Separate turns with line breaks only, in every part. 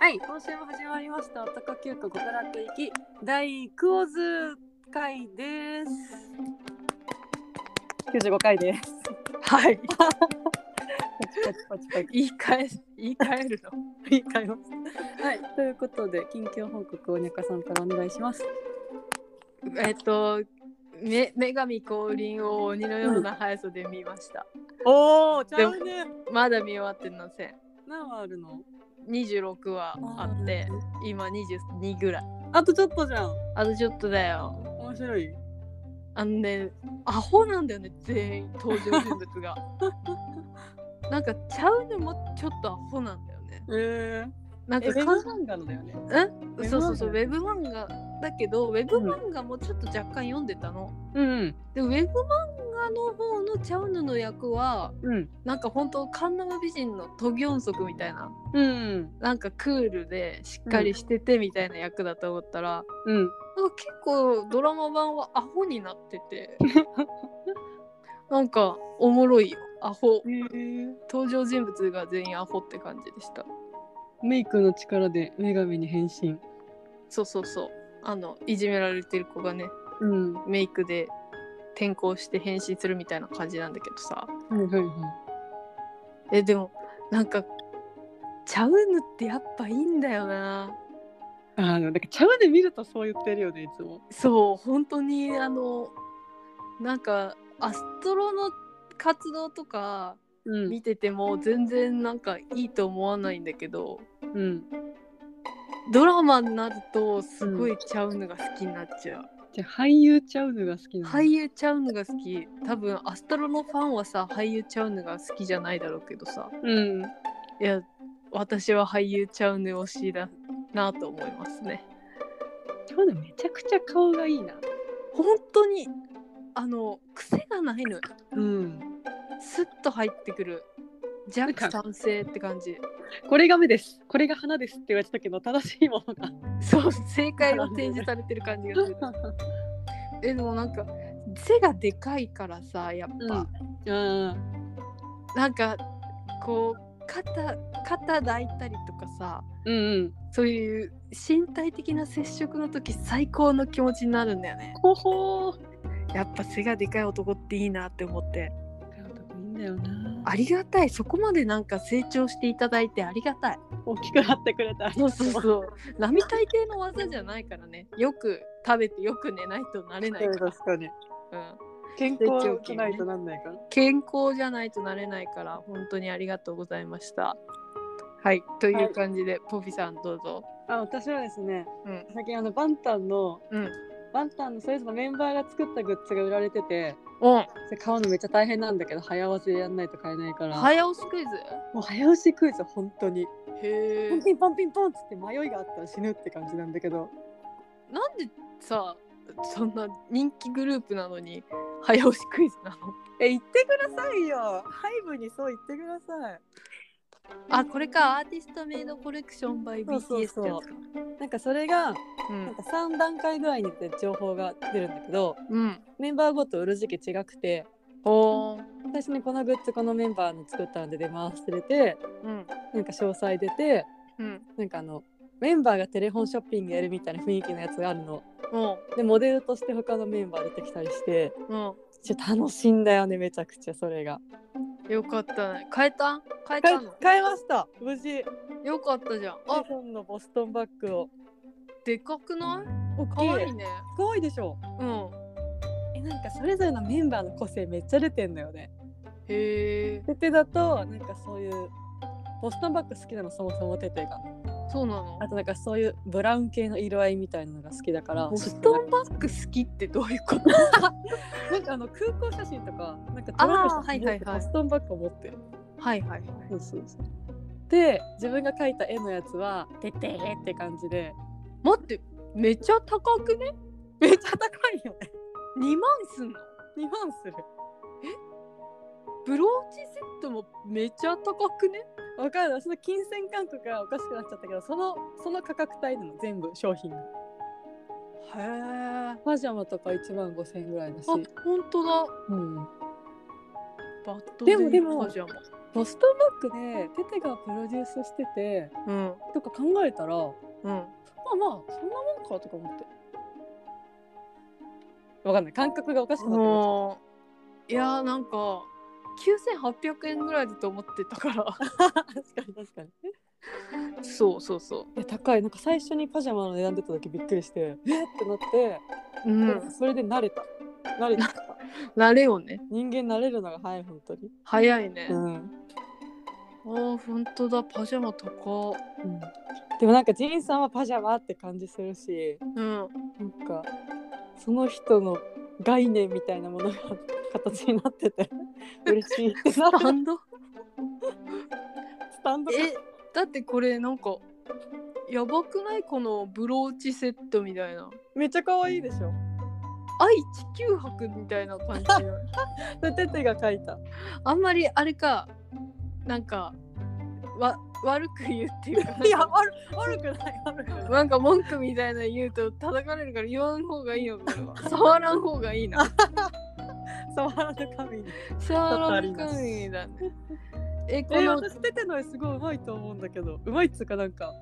はい、今週も始まりました。男休暇極楽行き第クオズ会です。
九十五回です。
はい、
パチパチパチパチ。
言い返す言い換えるの。
言い換えます。
はい、ということで近況報告をにゃかさんからお願いします。
えっと、め女神降臨を鬼のような速さで見ました。
おお、ちゃうね。
まだ見終わってません。
何話あるの？
26話あって、今22ぐらい。
あとちょっとじゃん。
あとちょっとだよ。
面白い。
あのね、アホなんだよね、全員、登場人物 が。なんか、ちゃうのもちょっとアホなんだよね。
え
なん
え、ウ
か
ェ
かん、
ブ漫画のだよね。
うんそうそうそう、ウ
ウェ
ェブ漫画だけど、ウェブ漫画もちょっと若干読んでたの。
うん
で、ウェブ漫画の方のチャウヌの役は、
うん
なんか本当カンナム美人のトギョンソクみたいな
うん
なんかクールでしっかりしててみたいな役だと思ったら、
うん。
なんか結構ドラマ版はアホになっててなんかおもろいよアホ登場人物が全員アホって感じでした
メイクの力で女神に変身。
そうそうそうあのいじめられてる子がね
うん。は
メイクで転校して変身するみたいな感じなんだけどさ
いはいは。
えでもなんかチャウヌってやっぱいいんだよない
あの、なんかちゃうで見るとそう言ってるよね、いつも。
そう本当にあのなんかアストロの活動とか
う
見てても全然なんかいいと思わないんだけど
うん。
ドラマになるとすごいチャウヌが好きになっちゃう、
じゃあ俳優ちゃうのが好きなの。
俳。優チャウヌが好き多分アストロのファンはさ俳優チャウヌが好きじゃないだろうけどさ
うん。
いや私は俳優チャウヌ推しだなと思いますね
ちゃうのめちゃくちゃ顔がいいな。
本当にあの癖がないのよ
うん。
スッと入ってくる弱酸性って感じ
これが目です。これが花ですって言われてたけど、正しいものが。
そう正解を提示されてる感じがするえでもなんか背がでかいからさやっぱ、
うん。
なんかこう肩肩抱いたりとかさ
うんうん。
そういう身体的な接触の時最高の気持ちになるんだよね
ほほー。
やっぱ背がでかい男っていいなって思って
顔とかいいんだよな。
ありがたいそこまでなんか成長していただいてありがたい
大きくなってくれた。
そうそうそう。 並大抵の技じゃないからね。よく食べてよく寝ないとなれないから。
かに。
うん、
健
康じゃないと
なんないから。
健康じゃないとなれないから、本当にありがとうございました。はい。という感じで、ポフィさんどうぞ。
あ、私はですね、
うん
最近あのバンタンの、
うん
バンタンのそれぞれのメンバーが作ったグッズが売られてて、
うん。
それ買うのめっちゃ大変なんだけど早合わせでやんないと買えないから、
早押しクイズ
もう早押しクイズ本当に、
へ
ポンピンポンピンポンっつって迷いがあったら死ぬって感じなんだけど、
なんでさ、そんな人気グループなのに、早押しクイズなの
え言ってくださいよ。ハイブにそう言ってください。
あ、これか。アーティストメイドコレクション by
そう
BTS
そうそう
ってやつか。
なんかそれが
うん
なんか三段階ぐらいにで情報が出るんだけど、
うん。
メンバーごと売る時期違くて、
おー。
最初にこのグッズこのメンバーの作ったんで出ますって出て、
うん。
なんか詳細出て。
うん。
なんかあのメンバーがテレフォンショッピングやるみたいな雰囲気のやつがあるの
うん。
でモデルとして他のメンバー出てきたりして
うん。
ちょっと楽しいんだよねめちゃくちゃそれが
よかったね。変えた変え
買
た
い
の
買いました無事テ
よかったじゃん。あ
レ、フォンのボストンバッグを
でかくない
おっ
かわいいね。
かわいいでしょ
うん。
えなんかそれぞれのメンバーの個性めっちゃ出てんのよね
へえ、
テテだとなんかそういうボストンバッグ好きなのそもそもテテが
そうなの
あとなんかそういうブラウン系の色合いみたいなのが好きだから
ボストンバッグ好きってどういう こと
なんかあの空港写真とかなんか
あ
ト
ー
ランプ
はいはいはい
ボストンバッグを持ってる
はいはいはい。
そうそうそうで自分が描いた絵のやつは「ててー」って感じで
待って、めちゃ高くね
めっちゃ高いよね
?2 万すんの
2万する
ブローチセットもめちゃ高くね
わかる私の金銭感覚がおかしくなっちゃったけどそのその価格帯なの全部商品が
へえ。あ、
パジャマとか1万5000円ぐらいだし、
ほんとだ。
うん、
バッド
でもでも
パジャマ
ポストバッグでテテがプロデュースしてて
うん
とか考えたらま
う
あ
ん
まあそんなもんかとか思ってわかんない感覚がおかしくなってま
もういやーなんか9800円ぐらいだと思ってたから
した 確かに確かに
そうそうそ
え高いなんか最初にパジャマの値段出た時びっくりしてえっってなって、
ううん
それで慣れた慣れてきた
慣れよね
人間慣れるのが早い本当に
早いね、
う
あ
ん、
あ本当だパジャマ高
うん、でもなんかジンさんはパジャマって感じするし
うん
なんかその人の概念みたいなものが形になってて嬉しいってな
ス
る
タンド
スタンド
えだってこれなんかやばくないこのブローチセットみたいな
めっちゃ可愛いでしょ
愛地球博みたいな感じ
それテテが描いた
あんまりあれかなんかわ悪く言うっていうかなんか
いや悪悪くない悪くない
なんか文句みたいなの言うと叩かれるから言わん方がいいよこれは 触らん方がいいな
触らぬ神に
触らんかいだねえこ
え
の
私テテの絵すごいうまいと思うんだけどうまいっつうかなんか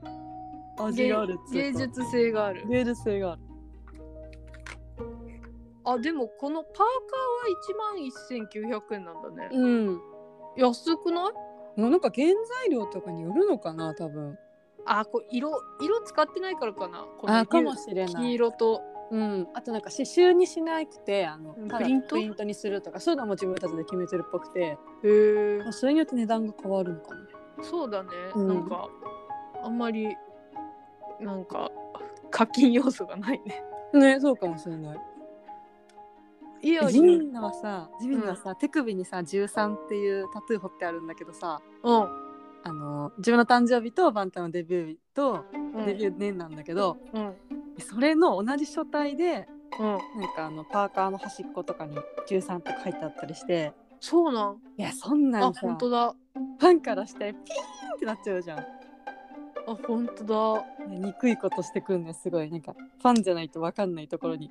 味があるっつうか
芸術性がある
芸術性がある
あでもこのパーカーは1万1900円なんだね
うん
安くない
もうなんか原材料とかによるのかな多分
あこれ色色使ってないからかなこの
あかもしれない
黄色と
うん、あとなんか刺繍にしなくてあの
うん
ただ
プリント
プリントにするとかそういうのも自分たちで決めてるっぽくて、
へえ
まあ、それによって値段が変わるのかもね
そうだね、
うん
なんかあんまりなんか課金要素がないね
ねそうかもしれない
いや
ジミ
う
ンナはさジミンナはさ、手首にさ13っていうタトゥー彫ってあるんだけどさ
ん、
あの自分の誕生日とバンタのデビュー日と
うん、
デビュー年なんだけど、
うん
それの同じ書体で
うん
なんかあのパーカーの端っことかに13って書いてあったりして
そうなん
いやそんな
あ
んさ
本当だ
ファンからしてピーンってなっちゃうじゃん。
あ本当だ
ね憎いことしてくるねすごいなんかファンじゃないと分かんないところに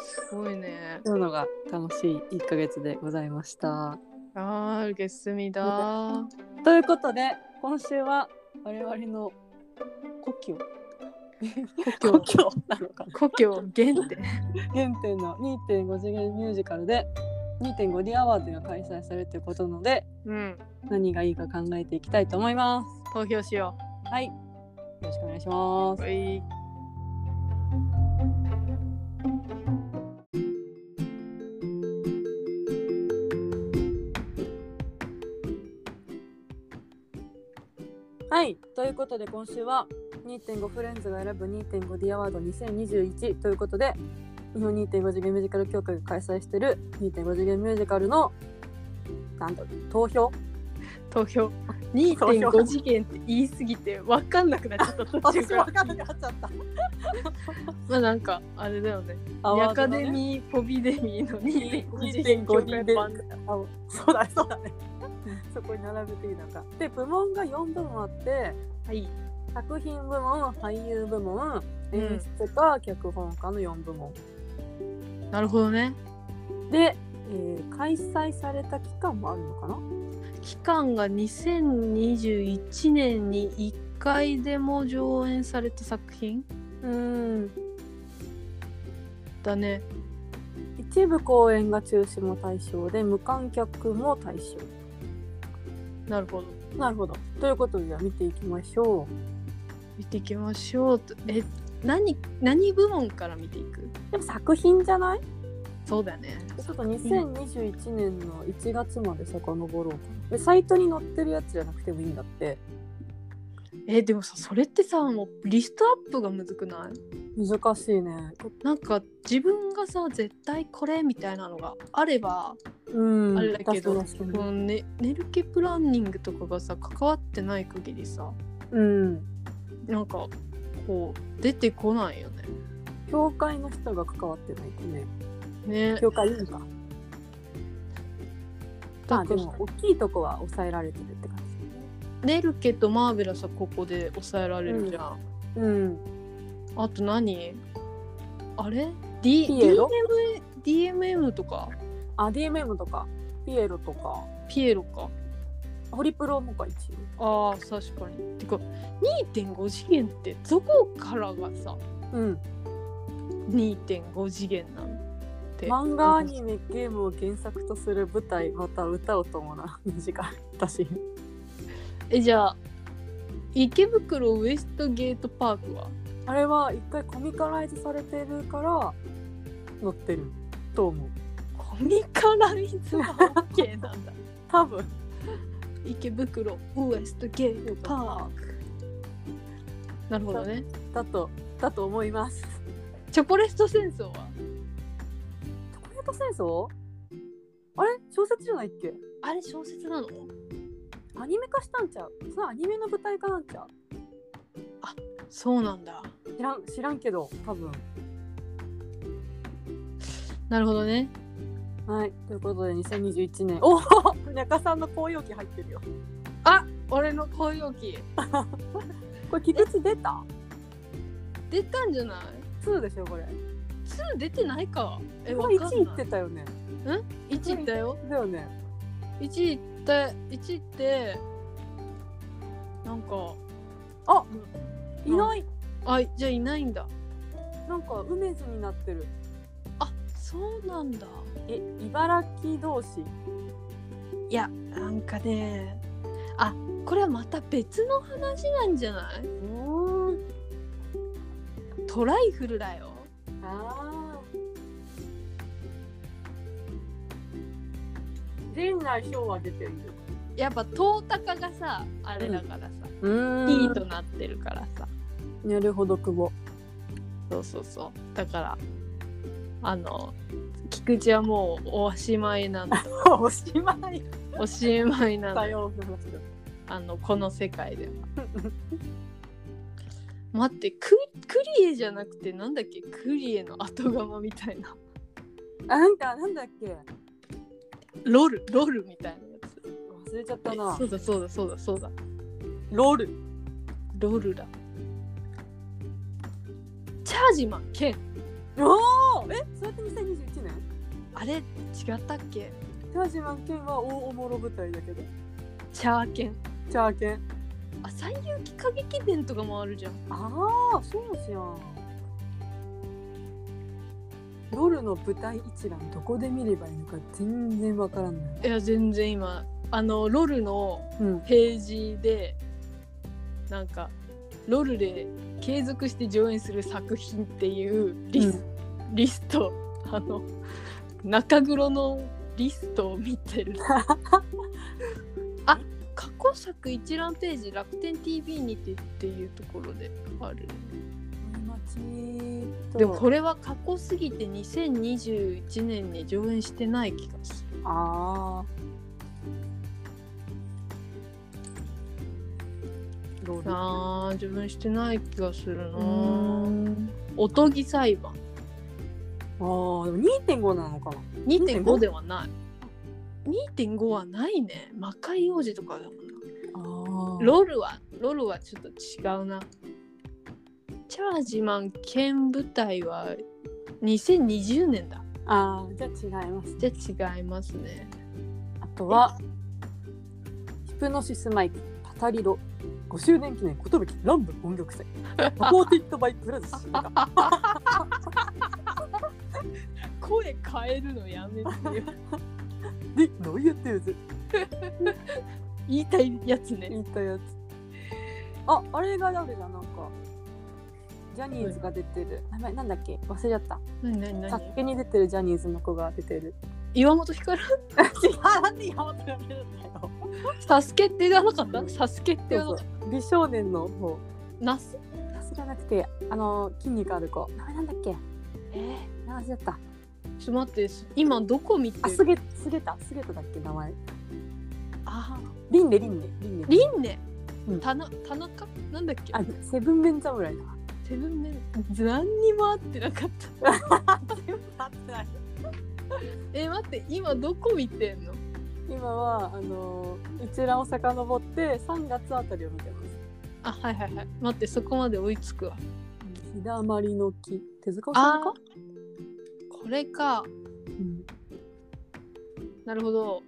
すごいね
そういうのが楽しい1ヶ月でございました
あーゲスミだ
ということで今週は我々の故郷
故郷
郷なのかな
故郷原点
原点の2.5次元ミュージカルで2.5 d アワードが開催されるということなので
うん
何がいいか考えていきたいと思いま
投票しよ
すはいよろしくお願いしま
う
す
はい
はいということで今週は2.5フレンズが選ぶ 2.5D アワード2021ということで日本2.5次元ミュージカル協会が開催している2.5次元ミュージカルのなんだ投票
投 票
票
2.5次元って言い過ぎて分かんなくなっちゃった途中から
かんなくなっちゃった
まあなんかあれだよね
ア
ニ
ワ
ャ
ー
カ
ド
デ
のね
ミーポビデミーの2.5次元境界版だ
あそうだねそうだねそこに並べていいのかで部門が4部門あって
はい
作品部門俳優部門
うん
演出家脚本家の4部門
なるほどね
で、えー開催された期間もあるのかな
期間が2021年に1回でも上演された作品
うん
だね
一部公演が中止も対象で無観客も対象
なるほど
なるほどということでじゃあ見ていきましょ
見ていきましょうとえ何何部門から見ていく
うでも作品じゃない
そうだね
ちょっと2021年の1月まで遡ろうかなでサイトに載ってるやつじゃなくてもいいんだって
えでもさそれってさもうリストアップがむずくない
難しいね
なんか自分がさ絶対これみたいなのがあれば
うん
あれだけど、
確かに確
こ
かに
のね、寝る気プランニングとかがさ関わってない限りさ
うん
なんかこう出てこないよね。
教会の人が関わってないとね
ね
教会いいのかま
だ
あ
か
で
ら
も大きいとこは抑えられてるって感
ネルケとマーベラスはここで抑えられるじゃん。
じうん
あと何あれ ?D
ピエ
DMM,
ロ
DMM とか
あ DMM とかピエロとか
ピエロか
ホリプロもか一応
あー確かにてか2.5次元ってどこからがさ
うん
2.5次元なのって
漫画アニメゲームを原作とする舞台また歌を伴う2時間 私
えじゃあ池袋ウエストゲートパークは
あれは一回コミカライズされてるから載ってると思う
コミカライズは OK なんだ
多分
池袋ウエストゲートパークなるほどね
だとだと思います
チョコレート戦争
チョ
は
コレート戦争あれ小説じゃないっけ
あれ小説なの
アニメ化したんちゃうそれアニメの舞台化なんちゃう
そうなんだ
知らん知らんけど多分
なるほどね
はいということで2021年おお中さんの紅葉期入ってるよ
あ俺の紅葉期
これ菊池出た
出たんじゃない
2でしょこれ
?2 出てないかえ
こ
わ
れ
か
1
ん
位っ
な
て
い
たよね
1いったよ
だよね
1いった1いってなんか
あ
うん
いない
あじゃあいないんだ
なんか梅津になってる
あそうなんだ
え茨城同士
いやなんかねあこれはまた別の話なんじゃないう
ーん
トライフルだよ
あー陣内翔は出てる
やっぱトータカがさあれだからさ、
う
キーとなってるからさ
なるほど久保
そうそうそうだからあの菊池はもうおしまいなんだ
おしまい
おしまいなんだ
だような話だ
あのこの世界 では待ってククリエじゃなくてなんだっけクリエの後釜みたいな
あなんかなんだっけ
ロルロルみたいなやつ
忘れちゃったな
そうだそうだそうだそうだ
ロール
ロルだチャージマン兼
おおえそれって2021年
あれ違ったっけ
田島健は大おもろ舞台だけど
チャーケン
チャーケン
あ最有機歌劇伝とかもあるじゃん
ああそうじゃん夜の舞台一覧どこで見ればいいのか全然わからない
いや全然今あのロルの
うん
ページでなんかロルで継続して上演する作品っていうリス,、リストあの中黒のリストを見てるあ過去作一覧ページ楽天 TV にてっていうところであるねでもこれは過去すぎて2021年に上演してない気がする
ああロー
あー自分してない気がする
ル
なおとぎ裁判
あーでも2.5なのかな
2.5ではない2.5はないね魔界王子とかだもんな
あー
ロルはロルはちょっと違うなチャージマン兼舞台は2020年だ
あーじゃあ違います
じゃあ違いますね
あとは、ヒプノシスマイク、パタリロ、5周年記念、ことぶき、乱舞音楽祭、サポーティッドバイプラズシーカ。
声変えるのやめてよ
で、ノイアってやつ、
言いたいやつね
言ったやつ。あ、あれが誰だ、なんか。ジャニーズが出てる。名前なんだっけ忘れちゃった。
何何
さ
何
っきに出てるジャニーズの子が出て る。
岩本光
違う、なんで山本が出てるんだよ。
サスケって言わなかったサスケって言わ
そ
な
う
か
そ
っ
う美少年の方。
たナス
ナスじゃなくて、あの、筋肉ある子。名前なんだっけ
えー、
名前忘れちゃった。
ちょっと待って今どこ見て
あ、すげ、すげた、すげただっけ名前。
あー
リンネリンネリンネ
リンネ、
うん
田な田中なんだっけ
あセブンメン侍だ。
セブンメン何にも合ってなかった え待って今どこ見てんの
今はあのー一覧を遡って3月あたりを見てます。
あはいはいはい待ってそこまで追いつくわ
ひだまりの木手塚治虫か？
これか
うん
なるほど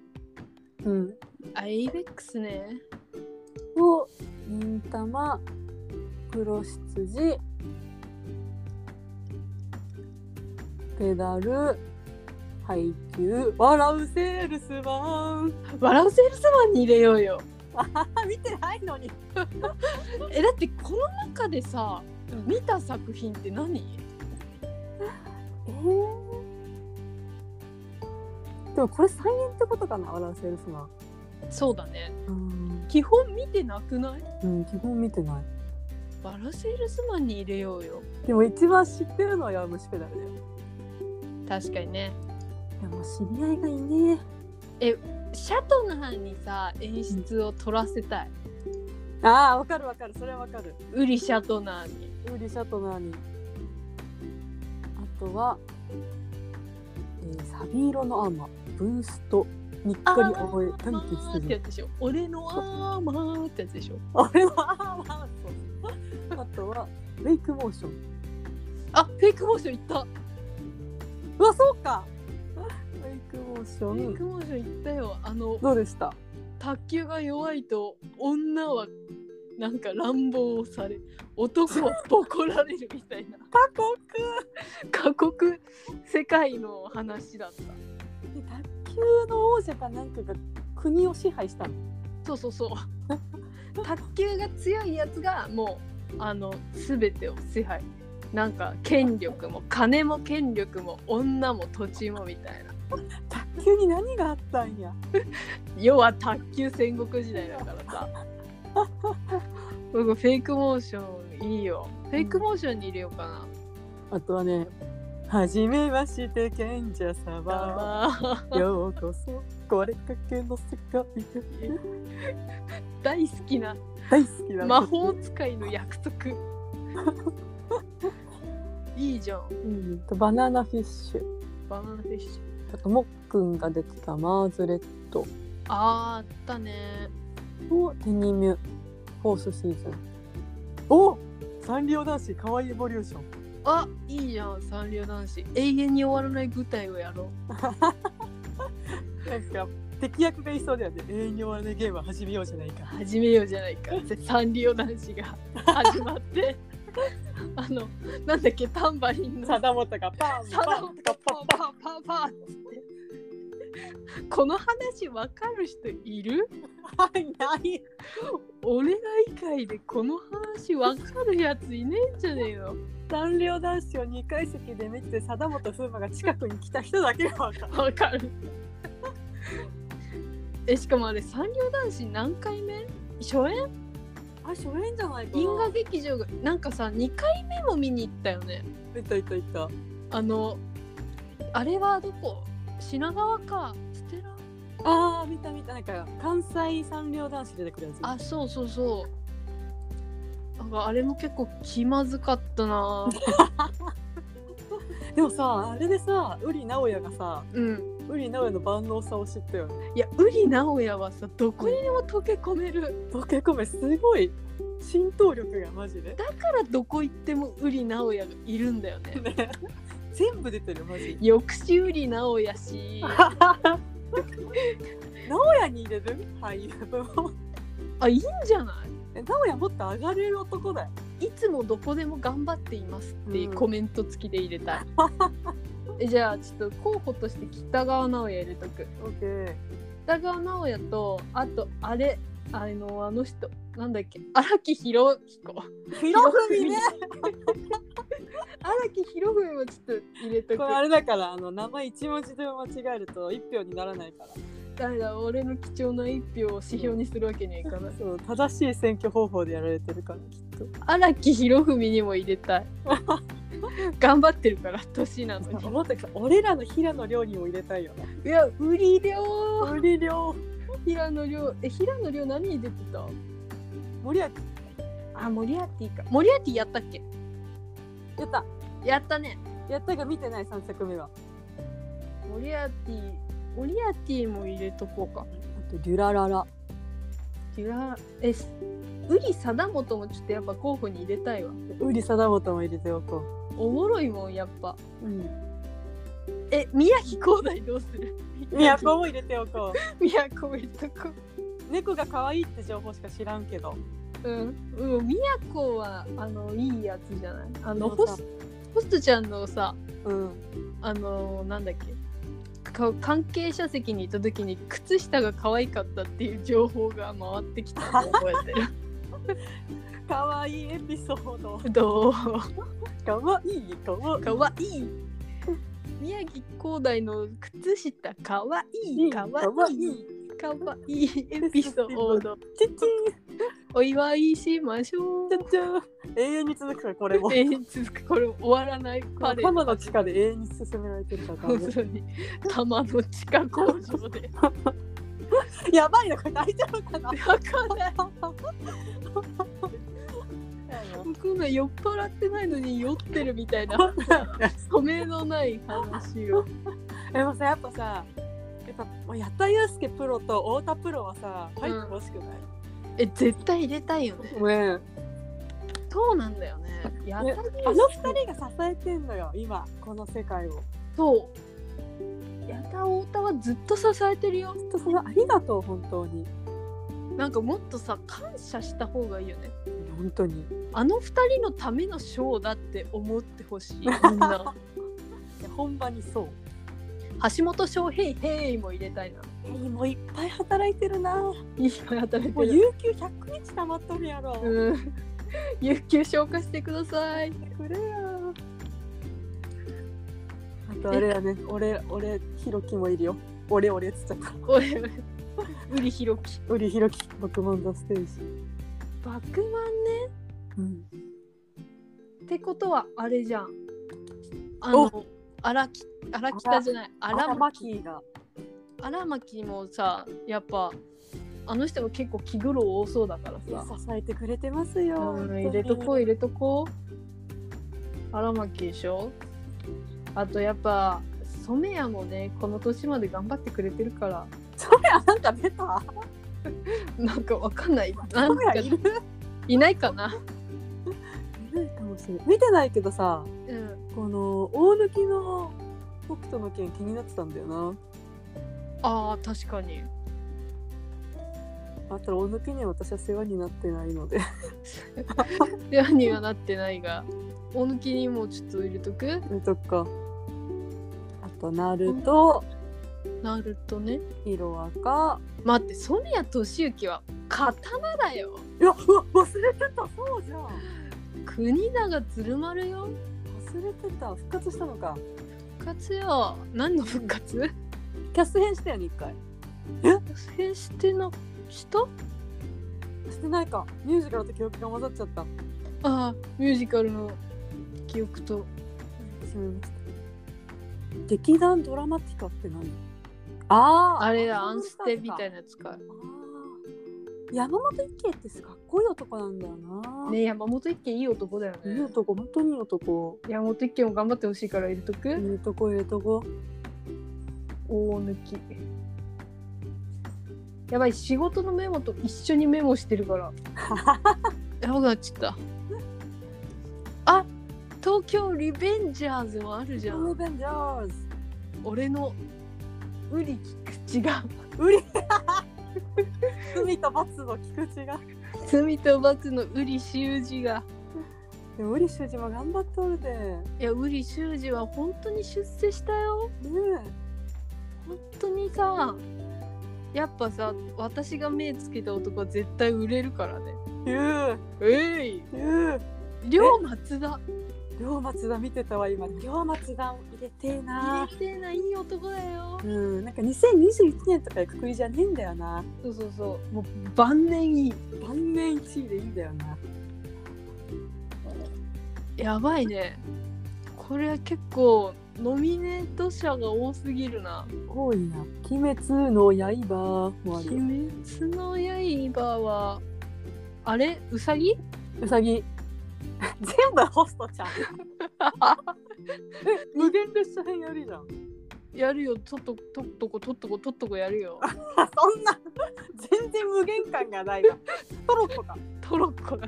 うん。
あエイベックスね
を忍たま黒羊ペダル配給笑うセールスマン
バランセールスマンに入れようよ
あ見てないのに
えだってこの中でさ見た作品って何
えー、でもこれ再演ってことかな笑うセールスマン
そうだね
うん、
基本見てなくない
うん、基本見てない
バランセールスマンに入れようよ
でも一番知ってるのはヤムシペダルだよ
確かにね
いやもう知り合いがいね
シャトナーにさ演出を取らせたい、
えああわかるわかるそれはわかる
ウリ・シャトナーに
ウリシャトナーにあとは、えー、サビ色のアーマーブーストにっ
あ
こり覚え
ー
何て言
っ
ってて
や
る
つでしょ俺のアーマーってやつでしょ
のあれはアーマーそうあとはウェイクモーション
あフェイクモーションいった
うわそうかウェイクモーシ
フェイ
ョ
ク
ン
モーションいったよあの
どうでした
卓球が弱いと女はなんか乱暴をされ男はボコられるみたいな
過酷
過酷世界の話だった
卓球の王者かなんかが国を支配したの
そうそうそう 卓球が強いやつがもうあの全てを支配なんか権力も金も権力も女も土地もみたいな
卓球に何があったんや
要は卓球戦国時代だからさ僕フェイクモーションいいよフェイクモーションに入れようかな、
あとはね初めまして賢者様
あー
ようこそこれかけの世界へ
大好きな
大好きな
魔法使いの約束いいじゃん
うんとバナナフィッシュ
バナナフィッシュ
あともっくんが出てたマーズレッ
あーあったね
トをテニミュフォースシーズンおサンリオ男子かわいいエボリューション
あいいじゃん三流男子永遠に終わらない舞台をやろ
なんか敵役がいそうだよね永遠に終わらないゲームは始めようじゃないうか
始めようじゃないかサンリオ男子が始まってあのなんだっけタンバリンの
サダモタがパン
サ
パ
ダ
ン
モ
パンパン
パンパンパンっつってこの話わかる人いる
はいない
俺ら以外でこの話わかるやついねえんじゃねえの
サンリオ男子を2階席で見てて貞本風磨が近くに来た人だけが分かる
わかるえしかもあれ三流男子何回目初演
あ初演じゃない
銀河劇場がなんかさ2回目も見に行ったよね
いたいたいた
あのあれはどこ品川かステラ
ああ見た見たなんか関西サンリオ男子出てくるやつ
あそうそうそうなんかあれも結構気まずかったな
でもさあれでさウリ直哉がさ
うん
ウリ直哉の万能さを知ったよね
いやウリ直哉はさどこにでも溶け込める
溶け込めすごい浸透力がマジで、
だからどこ行ってもウリ直哉がいるんだよ ね
ね、全部出てるよマジ
抑止ウリ直哉 し
直哉に入れる俳優も
あいいんじゃな
え直哉もっと上がれる男だよ
いいつもどこでも頑張っていますっていう
うん
コメント付きで入れ たい、えじゃあちょっと候補として北川直哉入れとく
オッケー
北川直哉とあとあれあのあの人なんだっけ荒木博彦
ひろふみね
荒木博文もちょっと入れとく
これあれだからあの名前一文字でも間違えると一票にならないから
誰だ俺の貴重な一票を指標にするわけにはいかない
そう正しい選挙方法でやられてるからきっと
荒木博文にも入れ たい頑張ってるから年なのに
思ったけど俺らの平野亮にも入れたいよね
いや売り量
無理亮
平野亮え平野亮何に出てた
森脇
あ、モリアーティか。モリアーティやったっけ
やった
やったね。
やったが見てない3作目は
モリアーティ、モリアーティも入れとこうか。
あとデュラララ
違う。え、すウリ貞本もちょっとやっぱ候補に入れたいわ。
ウリ貞本も入れておこ
おもろいもん、やっぱ。
う、うん、
え宮城広大どうする
都も入れておこう
宮古いとこ
猫が可愛いって情報しか知らんけど
うんうん宮古はあのいいやつじゃないあの
そう
ホ
そう
スホストちゃんのさ
うん
あのなんだっけか関係者席にいた時に靴下が可愛かったっていう情報が回ってきたの を覚えてる
可愛いエピソード
どう
可愛い可愛い
かわいい宮城広大の靴下かわいいかわいいかわいいエピソー ド
チッチ
お祝いしましょう
ンチャンチャン永遠に続くからこれも
えー続くこれ終わらないパ レー
玉
ド
の地下で永遠に進められてるから多
本
分
当 に玉の地下工場で
やばいなこれ大丈夫 かな
わかんない僕ら酔っ払ってないのに酔ってるみたいな止めのない話を
でもさやっぱさやっぱもう矢田祐介プロと太田プロはさ入ってほしくない、
え絶対入れたいよね
ね
そうなんだよねや
ね
た
あの二人が支えてんのよ今この世界をち
そうやた太田はずっと支えてるよ
ょっとそのありがとう本当に
なんかもっとさ感謝した方がいいよね
本当に
あの二人のためのショーだって思ってほしいみんな
いや本場にそう
橋本翔平ヘイも入れたいな
えーもういっぱい働いてるなも
いい働いうてる
有給100日溜まっとるやろ、
うん 有給消化してください
くれよあとあれやね俺俺ひろきもいるよ俺俺っつっちゃった
お いおいウリヒロキ
俺ひろき僕もザステージ
バクマンね
うん
ってことはあれじゃんあの荒木荒北じゃない荒
マ
牧
キーが
荒牧もさやっぱあの人も結構気苦労多そうだから
いや
さ
支えてくれてますよ
う
本当
ん
に
入れとこう入れとこう荒牧でしょあとやっぱ染谷もねこの年まで頑張ってくれてるから
それあなんか出た
なんかわかんないな
そ
ん
れ
か
はいる
いないかない
ないかもしれない見てないけどさ
うん
この大貫の北斗の件気になってたんだよな
あー確かに
あったら大貫には私は世話になってないので
世話にはなってないが大抜きにもちょっと入れとく
見とくかあとナルト
なるとね
ヒロアカ
待って染谷俊之は刀だよ
いやうわ忘れてたそうじゃん
国永鶴丸よ
忘れてた復活したのか
復活よ何の復活
キャス編したよね一回
制してなした
してないかミュージカルと記憶が混ざっちゃった
ああミュージカルの記憶と
しまいました劇団ドラマティカって何あー
あれだアンステみたい
な
なやつか
山本一慶ってかっこいい男なんだよな、
ね山本一家いい男だよ
いい
ね
男本当にいい男
山本一家も頑張ってほしいから入れとく、
いいとこいいとこ
大抜きやばい仕事のメモと一緒にメモしてるから やばくなっちゃったあ東京リベンジャーズもあるじゃ
ア
ん
ベベンジャーズ
俺のウリ菊池が
うり罪と罰の菊池が
罪と罰のウリ修二が
でもうり修二も頑張っとるでね
いやウリ修二は本当に出世したよ本当にさやっぱさ私が目つけた男は絶対売れるからね
えゆう
えい
ゆう
両松田
両松田見てたわ今両松田入れてえ
入
な
れてないい男だよ
うんなんか2021年とかくくりじゃねえんだよな
そうそうそうもう晩年いい
晩年1位でいいんだよな
やばいねこれは結構ノミネート者が多すぎるな
多いな「鬼滅の刃」
「
もあ
鬼
るよ
滅の刃」はあれうさぎ
うさぎ全部ホストちゃん 無限列車編やるじゃん
やるよとっととっとことっとことっとこやるよ
そんな全然無限感がないわトロッコか
トロッコが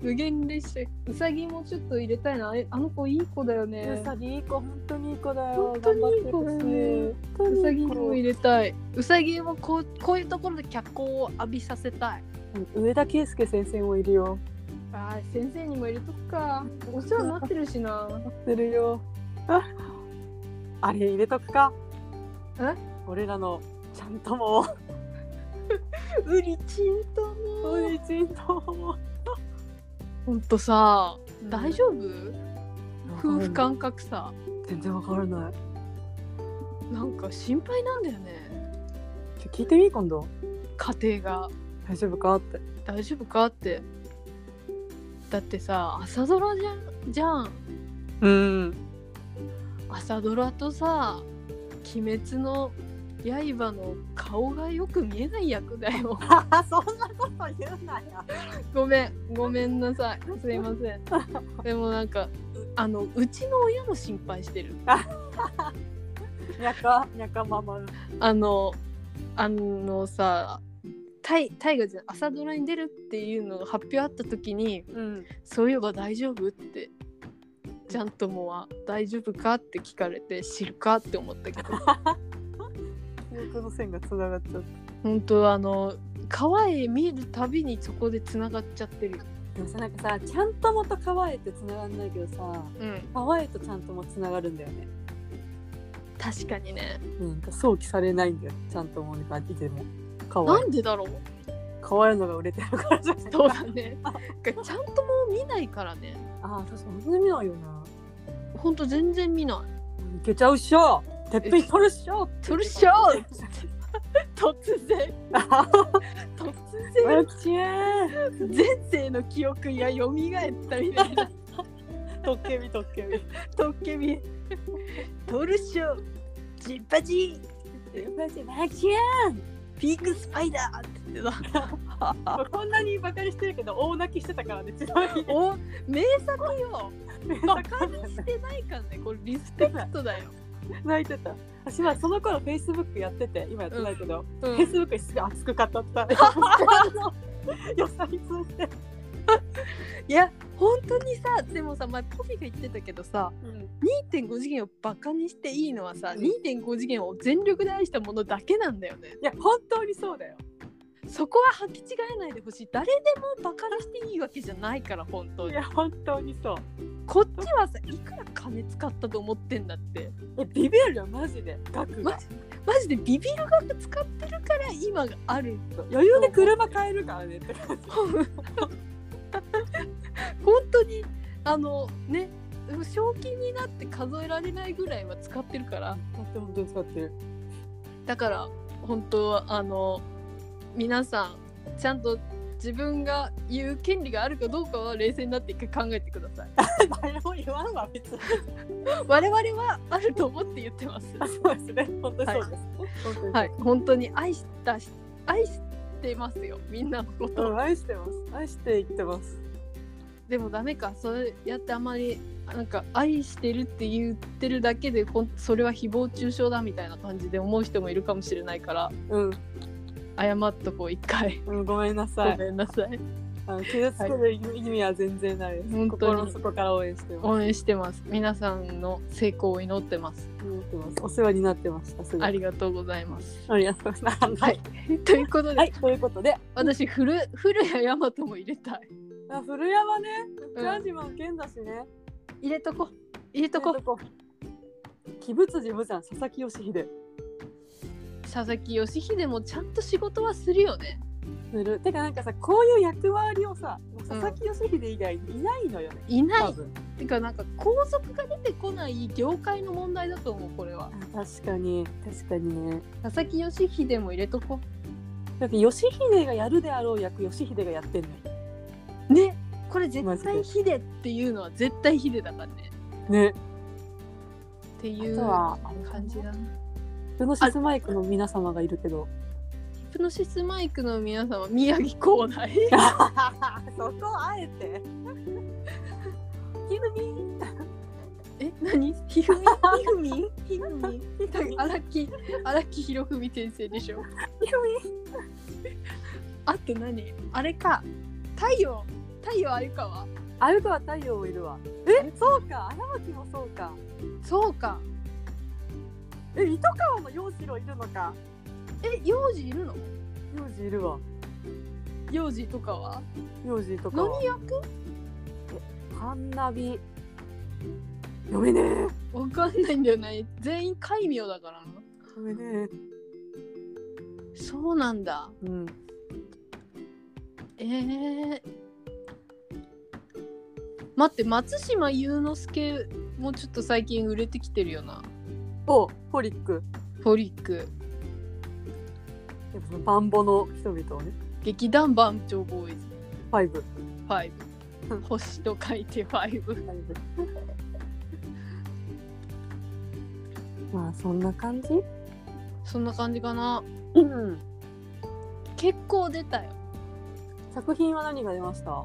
無限列車うさぎもちょっと入れたいなあれあの子いい子だよね
うさぎいい子本当にいい子だよ
本当にいい子だよねうさぎも入
れ
れたいうさぎもこうこういうところで脚光を浴びさせたい
上田圭介先生もいるよ
あー先生にも入れとくかお世話になってるしな
出るよああれ入れとくか
え
俺らのちゃんとも
うりちんとも
おいちんと も
ほんとさ大丈夫夫婦間隔さ
全然わからない
なんか心配なんだよね
ちょ聞いてみ今度
家庭が
大丈夫かって
大丈夫かってだってさ朝ドラじゃんじゃん
うん
朝ドラとさ「鬼滅の刃」の顔がよく見えない役だよ
そんなこと言うなよ
ごめんごめんなさいすいま せんでもなんかうあのうちの親も心配してる
にゃかにゃかママ
あのあのさ大大河じゃん朝ドラに出るっていうのが発表あった時に
うん
そういえば大丈夫ってちゃんともは大丈夫かって聞かれて知るかって思ったけ ど
記憶の線がつながっちゃって
本当あの川へ見るたびにそこでつながっちゃってるよ
でもさなんかさちゃんともと可愛いってつながんないけどさ
うん
可愛いとちゃんともつながるんだよね
確かにね
なんか想起されないんだよちゃんともに感じても可
な
愛い
んでだろう
可愛いのが売れてるからじゃない
そうだねなんかちゃんともう見ないからね
ああ確かに全然見ないよな
ほんと全然見ない
いけちゃうっしょてっぺん取るっしょ
それしょ突然突 然
うちえ
前世の記憶が蘇ったみたいな
とっけみとっけみ
とっけみトルショジッパジ
マジマジや
ピークスパイダーって言ってた
こんなにバカにしてるけど大泣きしてたからねちな みに
お名作よバカにし
泣
てないからねこれリスペクトだよ、
いてた私はその頃フェイスブックやってて今やってないけど、
う
フェイス
ん、
ブックですごい熱く語 った あの野菜通して、
いや本当にさでもさ前ポピが言ってたけどさ2.5次元をバカにしていいのはさ2.5次元を全力で愛したものだけなんだよね
いや本当にそうだよ
そこは履き違えないでほしい誰でもバカにしていいわけじゃないから本当
い
に
や本当にそう
こっちはさいくら金使ったと思ってんだって
えビビるよマジで額が
マジマジでビビる額使ってるから今がある
余裕で車買えるからねって感じ
本当にあのね賞金になって数えられないぐらいは使ってるから
って本当に使ってる
だから本当はあの皆さんちゃんと自分が言う権利があるかどうかは冷静になって一回考えてください
誰も言わんわ別に
我々はあると思って言ってます
あそうですね本当にそうです、本当に
はい本当に愛したし愛してますよみんなのこと
うん、愛してます愛していってます
でもダメかそうやってあまりなんか愛してるって言ってるだけでほんそれは誹謗中傷だみたいな感じで思う人もいるかもしれないから
うん、
謝っとこう一回
うん、ごめんなさ
ご
い
めんなさい
あの傷つける意味は全然ないです、
本当に
心の底から応援してます
応援してます皆さんの成功を祈ってます
思ってますお世話になってましたすごい
ありがとうございます
ありがとうございます
はいということで、
はいということで
私古古谷大和も入れたい
あ古山ね
ん
倉島健だしね、
入れとこ入れとこ
鬼物事無惨佐々木義秀
佐々木義秀もちゃんと仕事はするよね
するてかなんかさこういう役割をさもう佐々木義秀以外にいないのよね、
いな
多
い
分
てかなんか皇族が出てこない業界の問題だと思うこれは
あ確かに確かにね
佐々木義秀も入れとこ
だって義秀がやるであろう役義秀がやってんのよ
ねこれ
マ
絶
ジで
対秀っていうのは絶対秀だからね
ね
っていう
あとは
感じだな
プノシスマイクの皆様がいるけ ど
ヒプノシスマイクの皆様宮城光大
そこあえてひふみん
え何ひ ふみ
ひふみんひふみんひふみん
荒木荒木博文先生でしょあと何あれか太陽太陽あゆかは
鮎川太陽もいるわえそうか荒牧もそうか
そうか
え糸川の陽次郎いるのか
え幼児いるの
陽次いるわ
幼児とかは
陽次とかは
何役
カンナビ読めねえ
わかんないんだよね全員戒名だからな
読めね
そうなんだ
えうん
えー、待って松島雄之介もちょっと最近売れてきてるよな
おホリック
フォリック
やっぱそのバンボの人々をね
劇団番長ボーイズ
ファイブ
5星と書いて5
まあそんな感じ
そんな感じかな
うん
結構出たよ
作品は何が出ました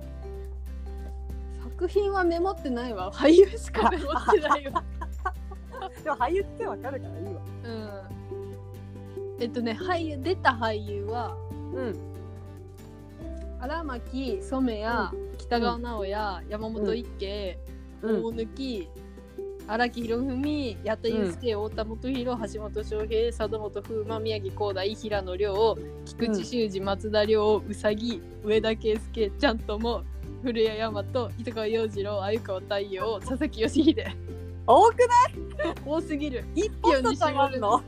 作品はメモってないわ俳優しかメモってない わ
でも俳優ってわかるからいいわ
うんえっとね俳優出た俳優は
うん
荒牧染谷、北川直也、山本一家、
うん
大貫荒木宏文八田悠介、太田元弘橋本翔平佐渡本風磨宮城光大平野亮菊池修二松田亮うさぎ上田圭介ちゃんとも古谷大和糸川洋次郎鮎川太陽佐々木義秀
多くない
多すぎる
一
票に
ん
絞る
の
の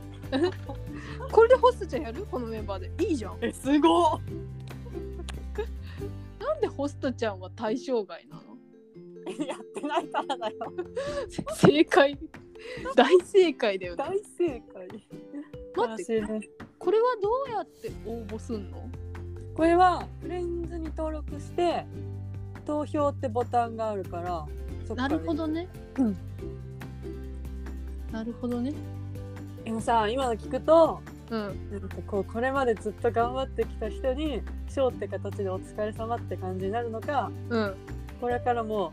これでホストちゃんやるこのメンバーでいいじゃん
えすごっ
なんでホストちゃんは対象外なの
やってないからだよ
正解大正解だよね
大正解
待って
悲しいね
これはどうやって応募すんの
これはフレンズに登録して投票ってボタンがあるからそっから
なるほどね。
うん
なるほどね。
でもさ今の聞くと
うん。
なんかこうこれまでずっと頑張ってきた人に賞って形でお疲れ様って感じになるのか
うん。
これからもこ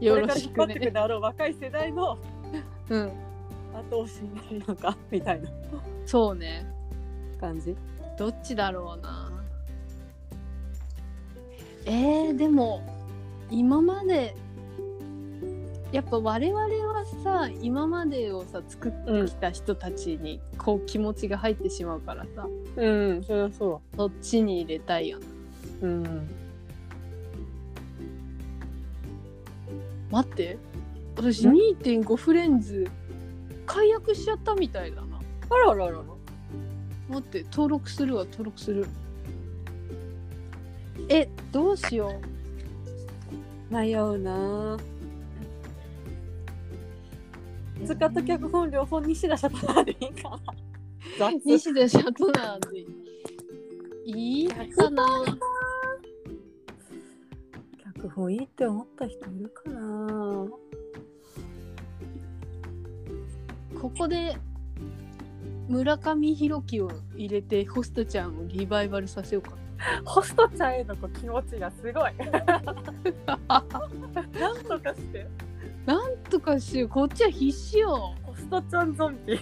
よ
れ
ろ
から
し
引っ張
く
ってく
ね。
であろう若い世代の
うん。
後押しになるのかみたいな
そうね。
感じ
どっちだろうな。えー、でも今までやっぱ我々はさ今までをさ作ってきた人たちにこう気持ちが入ってしまうからさ
うんそれはそ
そっちに入れたいよね。
ううん
待って私
ん
2.5フレンズ解約しちゃったみたいだな。
あらあらあらあら
待って登録するわ登録するえどうしよ
迷うなぁ使った脚本両方西田シャトナーでいいかな
う西田シャトナーズいいかな
脚本いいって思った人いるかな
ここで村上弘樹を入れてホストちゃんをリバイバルさせようか
ホストちゃんへのこう気持ちがすご いなんとかして
なんとかしようこっちは必死よ
ホストちゃんゾンビ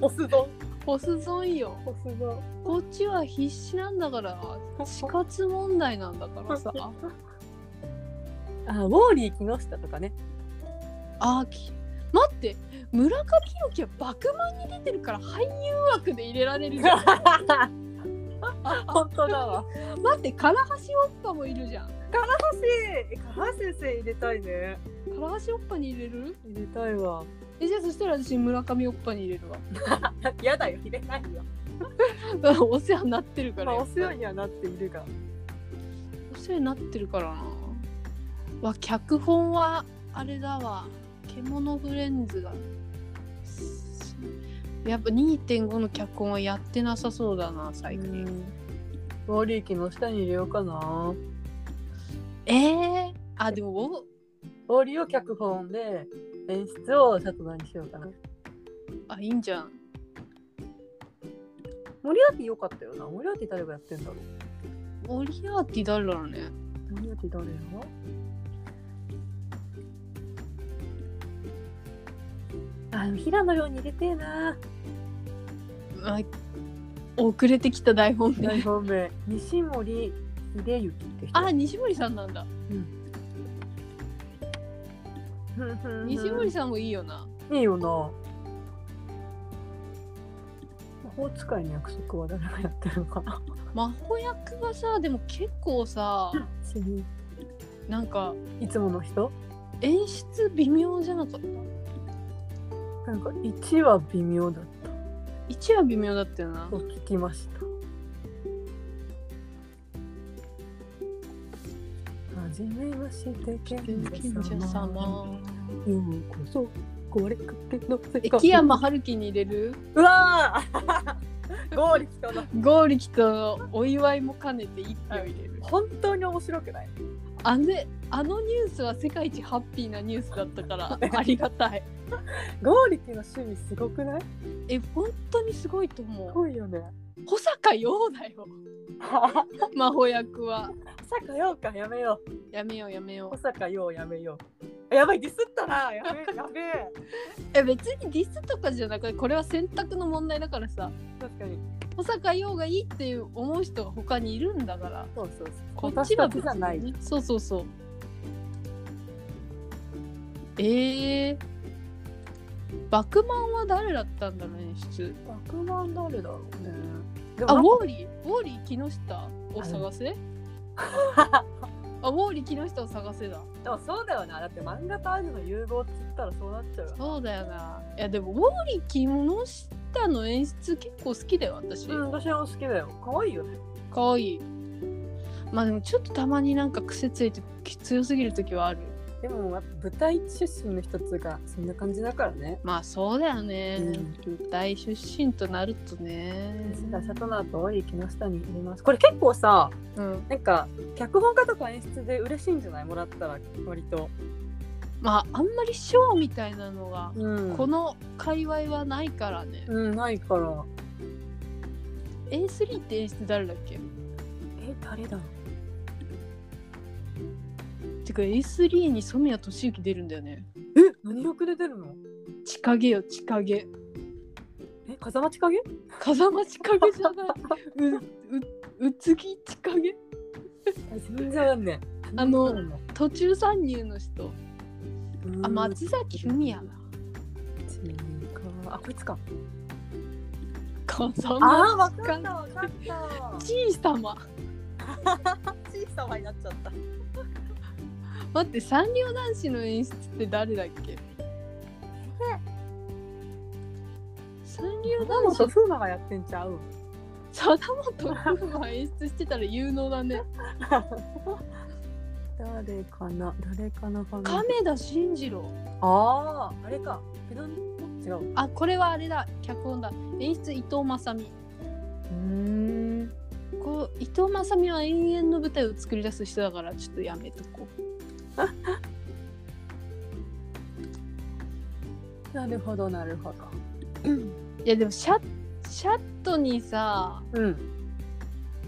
ホスドン
ホスゾンよ
ホスドン
こっちは必死なんだから死活問題なんだから さ
あウォーリー木下とか ね
あーき待って村上弘樹は「バクマン」に出てるから俳優枠で入れられるじゃん
本当だわ
待って唐橋おっぱもいるじゃん
高橋先生入れたいね
唐橋おっぱに入れる
入れたいわ
えじゃあそしたら私村上おっぱに入れるわ
やだよ入れないよ
お世話になってるか
ま
ら
あ
や
お
っぱ
世話にはなっているが
お世話になってるからなわ脚本はあれだわ獣フレンズだやっぱ2.5の脚本はやってなさそうだな最近、
ウォーリー木下に入れようかな
えー、あでもお
ウォーリーを脚本で演出をシャトナーにしようかな
あいいんじゃん
森脇良かったよな森脇誰がやってんだろう
モリアーティ誰だろうね
森脇誰よあ平野亮に入れてえな
あ遅れてきた台本で
大本命西森秀幸って人
あ、西森さんなんだ。西森さんもいいよな。
いいよな魔法使いの約束は誰がやってるのかな
魔法役はさ、でも結構さ、
不思議
なんか
いつもの人
演出微妙じゃなかった。
なんか1は微妙だった
一は微妙だったよな
と。聞きましたはじめまして賢
賢者
者様
様。
ようこそ壊れかけの世界
駅山春樹に入れる
うわー ゴーリキとの
剛力とのお祝いも兼ねて一票入れる。
本当に面白くない
あれあのニュースは世界一ハッピーなニュースだったから ありがたい。
ゴーリキの趣味すごくないす
え、本当にすごいと思う。
ごいよね
保坂陽だよ。魔法役は。
保坂ようかやめよ
やめようやめ
う
よ
保
う。
坂ようやめようやばいディスったなやべえやべえ
え、別にディスとかじゃなくて、これは選択の問題だからさ。
確かに
保坂陽がいいっていう思う人が他にいるんだから。
そうそうそう
こっちは別
私たちじゃ
に
ない
ね。そうそうそう。えー。バクマンは誰だったんだろう演出。
爆満誰だろうねで
あ、ウ
も
ォーリー、ウォーリー木下を探せ。あ、ウォーリー木下を探せだ。
なんかでもそうだよなだって漫画とアニメの融合っつったらそうなっちゃうよ
そうだよな。いや、でも、ウォーリー木下の演出結構好きだよ、私。
うん私も好きだよ可愛いよね
かわいい。まあ、でも、ちょっとたまになんか癖ついて、き強すぎる時はある。
でもやっぱ舞台出身の一つがそんな感じだからね
まあ、そうだよね。
うん
大出身となるとね。
シャトナーと多い木下にいますこれ結構さ
うん、
なんか脚本家とか演出で嬉しいんじゃないもらったら割と、
まあ、あんまりショーみたいなのが。
うん
この界隈はないからね。
うんないから
A3 って演出誰だっけ
え誰だ
てか A3 に染谷俊之出るんだよね。
え何役で出るの
地影よ地影。
え風間千景
風間地影じ ゃない。うううつぎ地影
全然わかんねえ
あの途中参入の人。あ松崎文也だ。
あこいつか
風
あ
間
わかったわかった
ちいさま。
ちいさまになっちゃった
待って三両男子の演出って誰だっけ三両男
本
子
風磨がやってんちゃう
貞本風磨演出してたら有能だね。
誰かな誰かなファミリー
亀田真二郎。
あああれかペドニ違う
あこれはあれだ脚本だ演出伊藤正美
うん
こう伊藤正美は永遠の舞台を作り出す人だからちょっとやめとこう
なるほどなるほど
いやでもシャシャットにさ
うん、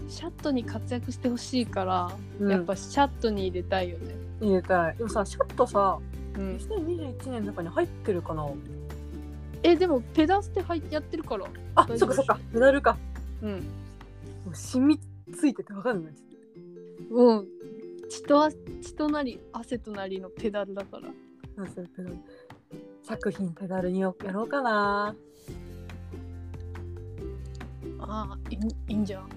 シャットに活躍してほしいから、
や
や
っ
っ
ぱ
ぱシャットに入れたいよね
入れたいでもさシャッとさ
うん
2021年の中に入ってるかな
えでもペダステ入っやってるから
あ
大
そ
丈
っか
夫
そっかメダルか
うん
もう染みついててわかんない
うん血とあ血となり汗となりのペダルだから
まずペダル作品ペダルにやろうかな
ああいいいいんじゃん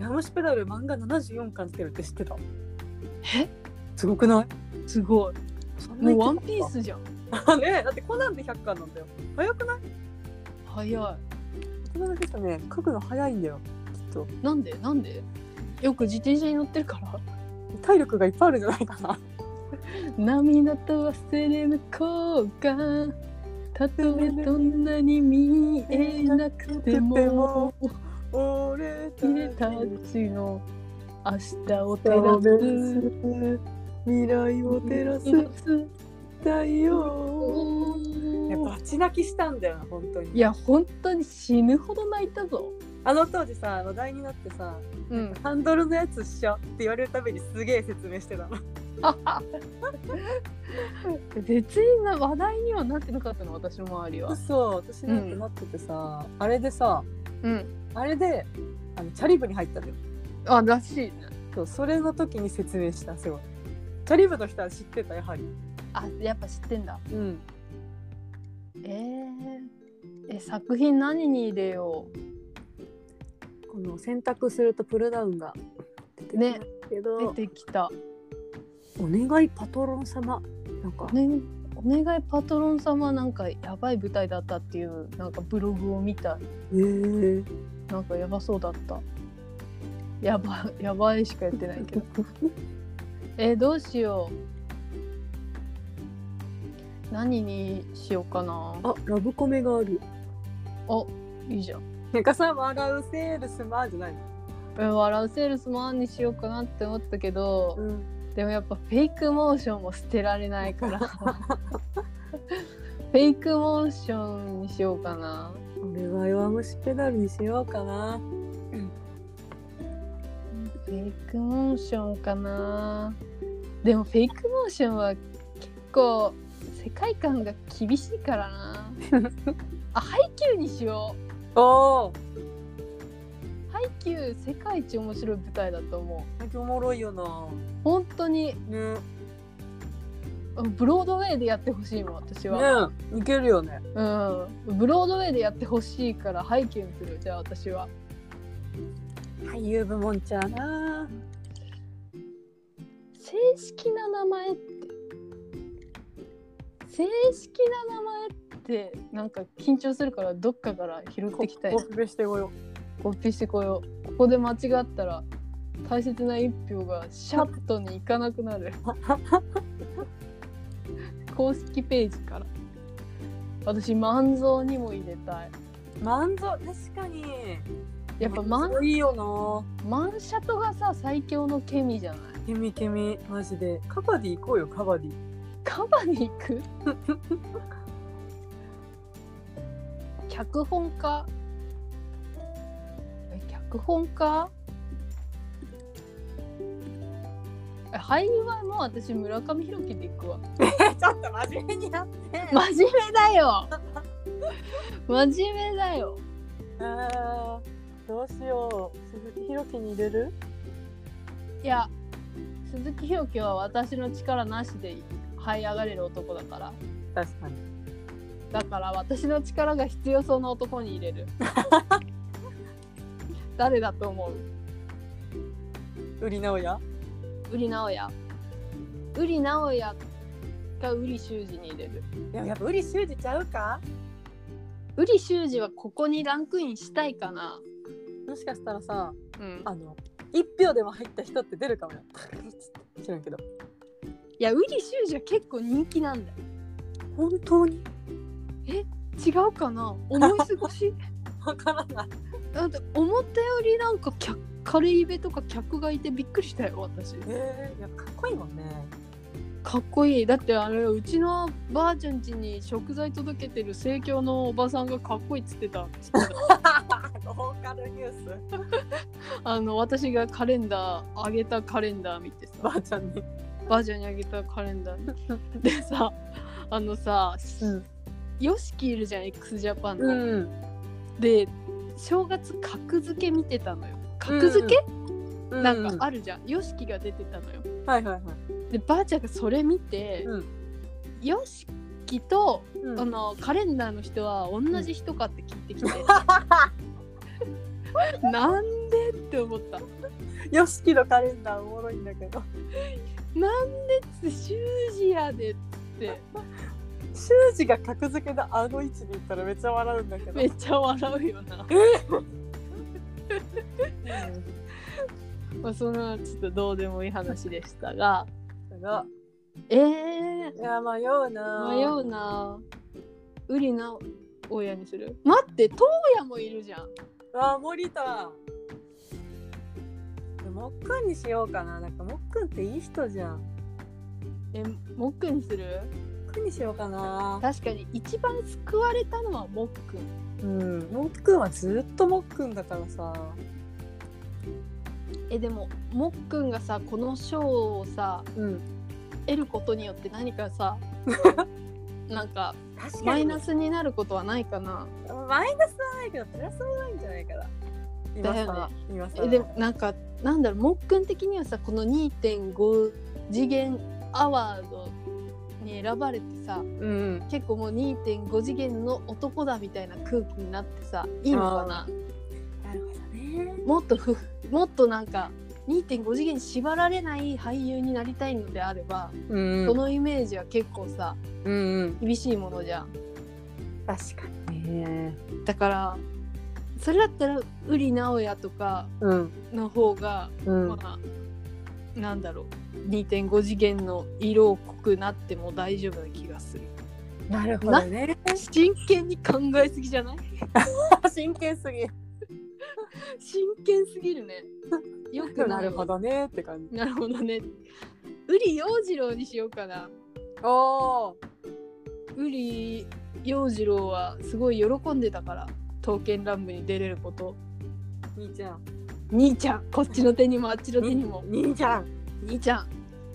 ヤムシペダル漫画74巻つけるって知ってた
え
すごくない
すごい
そん
も
な
う
言
ワ
っ
ン
て
ピ
た
ースじゃん
あ ねだってコナンで100巻なんだよ早くない
早い
コナンですね書くの早いんだよきっと
なんでなんでよく自転車に乗ってるから
体力がいっぱいあるんじゃないか な
涙と忘れぬ効果たとえどんなに見えなくても
俺
君たちの明日を照らす
未来を照らす太陽やっぱバチ泣きしたんだよな本当に
いや本当に死ぬほど泣いたぞ
あの当時さ話題になってさ、
うん
ハンドルのやつっしょって言われるたびにすげえ説明してたの
別にな話題にはなってなかったの私の周りは
そう私なんてなっててさ、あれでさ
うん
あれであのチャリブに入ったんだよ
あらしいね
そうそれの時に説明したすごいカリブの人は知ってたやはり
あやっぱ知ってんだ
うん
えー、え作品何に入れよ
この選択するとプルダウンが出て
う
くる
ね
んですけ
出
ど、
てきた
お願いパトロン様なんか、
ねお願いパトロン様なんかやばい舞台だったっていうなんかブログを見た
えー、
なんかやばそうだったやばやばいしかやってないけ どえどうしよう何にしようかな
あラブコメがある
あいいじゃん
なんかさ笑うセールスマンじゃないの
え笑うセールスマンにしようかなって思ったけど、
うん
でもやっぱフェイクモーションも捨てられない からフェイクモーションにしようかな
お願いは虫ペダルにしようかな
フェイクモーションかなでもフェイクモーションは結構世界観が厳しいから なあハイキューにしよ
おお
うハイキュー世界一面白い舞台だと思う
なんかおもろいよな
本当に
ねね
ブロードウェイでやってほしいもん私は、
いけるよね
うんブロードウェイでやってほしいからハイキューにするじゃあ私は
俳優部門ちゃうな
正式な名前って正式な名前ってなんか緊張するからどっかから拾ってきたい
コピペしてこよ
コピーしてこようここで間違ったら大切な一票がシャットに行かな くなる公式ページから私万蔵にも入れたいう
満足確かに
やっぱ万
いいよ
満シャトがさ最強のケミじゃない
なケミケミマジでカバディ行こうよカバディ
カバに行 く脚本家え脚本家え俳優はもう私村上弘樹で行くわ
えちょっと真面目にやって
真面目だよ 真面目だよ
あーどうしよう鈴木ひろきに入れる
いや鈴木弘樹は私の力なしで這い上がれる男だから
確かに
だから私の力が必要そうな男に入 れる誰だと思う
売り直や
ウリ直哉ウリ直哉かウリ修二に入れる
いややっぱ売り修二ちゃうか
ウリ修二はここにランクインしたいかな
もしかしたらさ
うん
あの一票でも入った人って出るかもよ知らんけど
いやウリ修二は結構人気なんだよ
本当に
違うかな思い過ごし
わからない
だって思ったよりなんか客カレーベとか客がいてびっくりしたよ私
えー、いやかっこいいもんね
かっこいいだってあれうちのばあちゃん家に食材届けてる生協のおばさんがかっこいいっつって たっつってた
ローカルニュース
あの私がカレンダーあげたカレンダー見てさ
ばあちゃんに
バージョンにあげたカレンダーにでさあのさ、
うん
ヨシキいるじゃん x ジャパンの、
ん
で正月格付け見てたのよ格付け、な
なん
か
あ
あるじゃん YOSHIKI、が出てたのよ
はいはいはい
でばあちゃんがそれ見て
うん
YOSHIKI、と、
うん
あのカレンダーの人は同じ人かって聞いてき て、なんでって思った
よしきのカレンダーおもろいんだけど
なんでって習字やでって
修二が格付けのあの位置に行ったらめっちゃ笑うんだけど
めっちゃ笑うよ なまあ、そのちょっとどうでもいい話でしたが
だから
えー、
いや迷うな
迷うなウリな親にする待ってトウヤもいるじゃん
あー森田でもっくんにしようかななんかもっくんっていい人じゃんも
えモックにする
っくんにしようかな
確かに一番救われたのはモックン
うんもっくんはずっともっくんだからさ
えでもモックンがさこの賞をさ
うん
得ることによって何 かさなんか
確
マイ
マイナ
ナ
ス
スになることはないかな
マイナスはないけどプラスもないんじゃないかな今
だよ
さ、今さ
えでもなんかなんだろうもっくん的にはさこの2.5次元アワードに選ばれてさ
うん
結構もう2.5次元の男だみたいな空気になってさいいのかな
なるほどね。
もっとふもっとなんか2.5次元に縛られない俳優になりたいのであれば、
うん
そのイメージは結構さ
うんうん
厳しいものじゃん
確かにね
だからそれだったら瓜直哉とか
うん
の方が
うん
まあ、なんだろう2.5次元の色を濃くなっても大丈夫な気がする
なるほどね
真剣に考えすぎじゃない
真剣すぎ
真剣すぎ るねよくない
なるほどねって感じ
なるほどねウリ洋次郎にしようかな
おお
ウリ洋次郎はすごい喜んでたから刀剣乱舞に出れること
兄ちゃん
兄ちゃんこっちの手にもあっちの手にも
兄ちゃん
兄ちゃん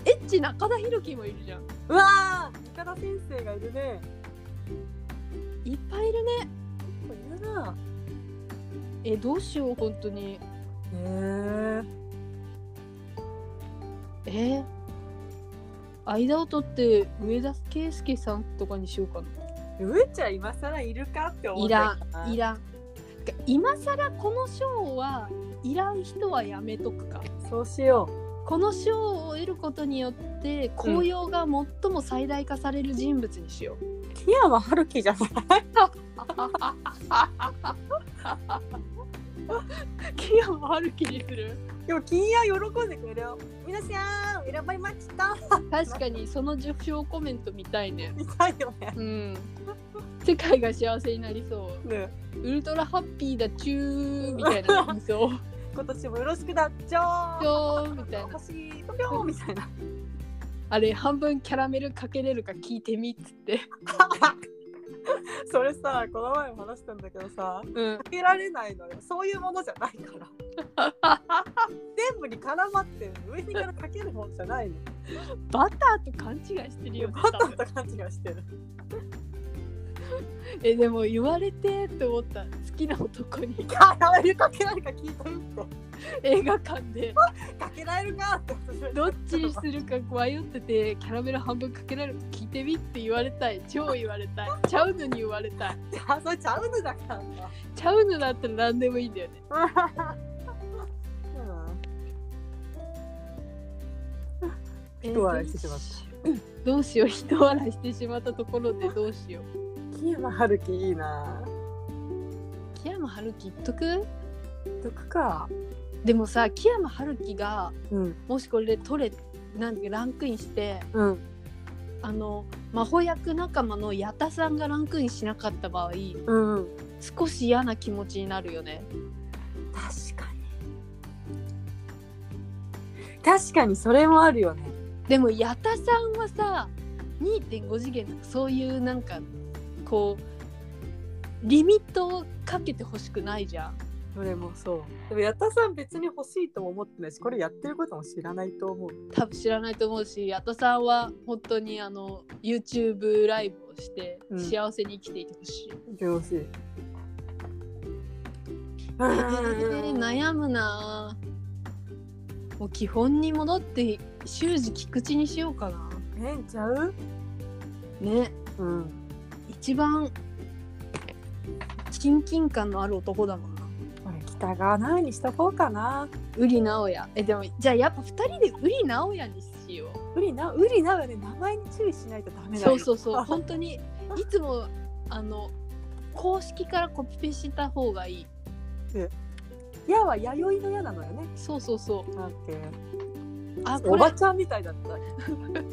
エッチ中田裕樹もいるじゃん
うわー深田先生がいるね
いっぱいいるね
これいるな
えどうしよう本当に
へえ
えー間を取って上田圭介さんとかにしようかな。
上ちゃん今更いるかって思ったけどない
らん。てか今更この賞はいらん人はやめとくか。
そうしよ
この賞を得ることによって紅葉が最も最大化される人物にしよう。
う木山春樹じゃない
木山春樹にする
でも金谷喜んでくれるよ皆さん選ばれました
確かにその受賞コメント見たいね。
みたいよね
うん。世界が幸せになりそ
ね
う。ウルトラハッピーだチューみたいなの にそう。
今年もよろしくだっちょー
そうみたいな
欲しいぴょんみたいな
あれ半分キャラメルかけれるか聞いてみっつって。
それさこの前も話したんだけどさ
うん。
かけられないのよそういうものじゃないから全部に絡まってる上にからかけるもんじゃないの
バターと勘違いしてるよね。
バタ
多
ー
分
と勘違いしてる
えでも言われてって思った。好きな男に
かけるかけないか聞いてみて
映画館 で
かけられるかって私は
どっちにするか迷っててキャラメル半分かけられるか聞いてみって言われたい。超言われたい。ちゃうのに言われたい。
じゃあそれちゃうのだからな
ちゃうのだったら何でもいいんだよね。 えー
人笑いしてしまった
どうしよう。人笑いしてしまったところでどうしよう。
木山春樹いいな
木山春樹言っとく
得か
でもさ、木山春樹が
うん
もしこれで取れ、なんていうかランクインして、
うん
あの魔法役仲間の矢田さんがランクインしなかった場合
うん
少し嫌な気持ちになるよね
確かに確かにそれもあるよね
でも矢田さんはさ2.5次元とかそういうなんかこうリミットをかけてほしくないじゃん
それもそうでも矢田さん別に欲しいとも思ってないしこれやってることも知らないと思う
多分知らないと思うし矢田さんは本当にあの YouTube ライブをして
うん
幸せに生きていてほしい、
よろしい
えー悩むなぁもう基本に戻って修二菊池にしようかな
ええんちゃう
ね
うん
一番親近感のある男だもんな
俺北川奈にしとこうかな
瓜直哉えでもじゃあやっぱ2人で瓜直哉にしよ
ウリなウリなはね名前に注意しないとダ
う
メだ
そ
よ
うそう そう本当にいつもあの公式からコピペした方がいい
矢は弥生の矢なのよね
そうそうそ
なんて
うあこ
お
れ
ばちゃんみたいだったそう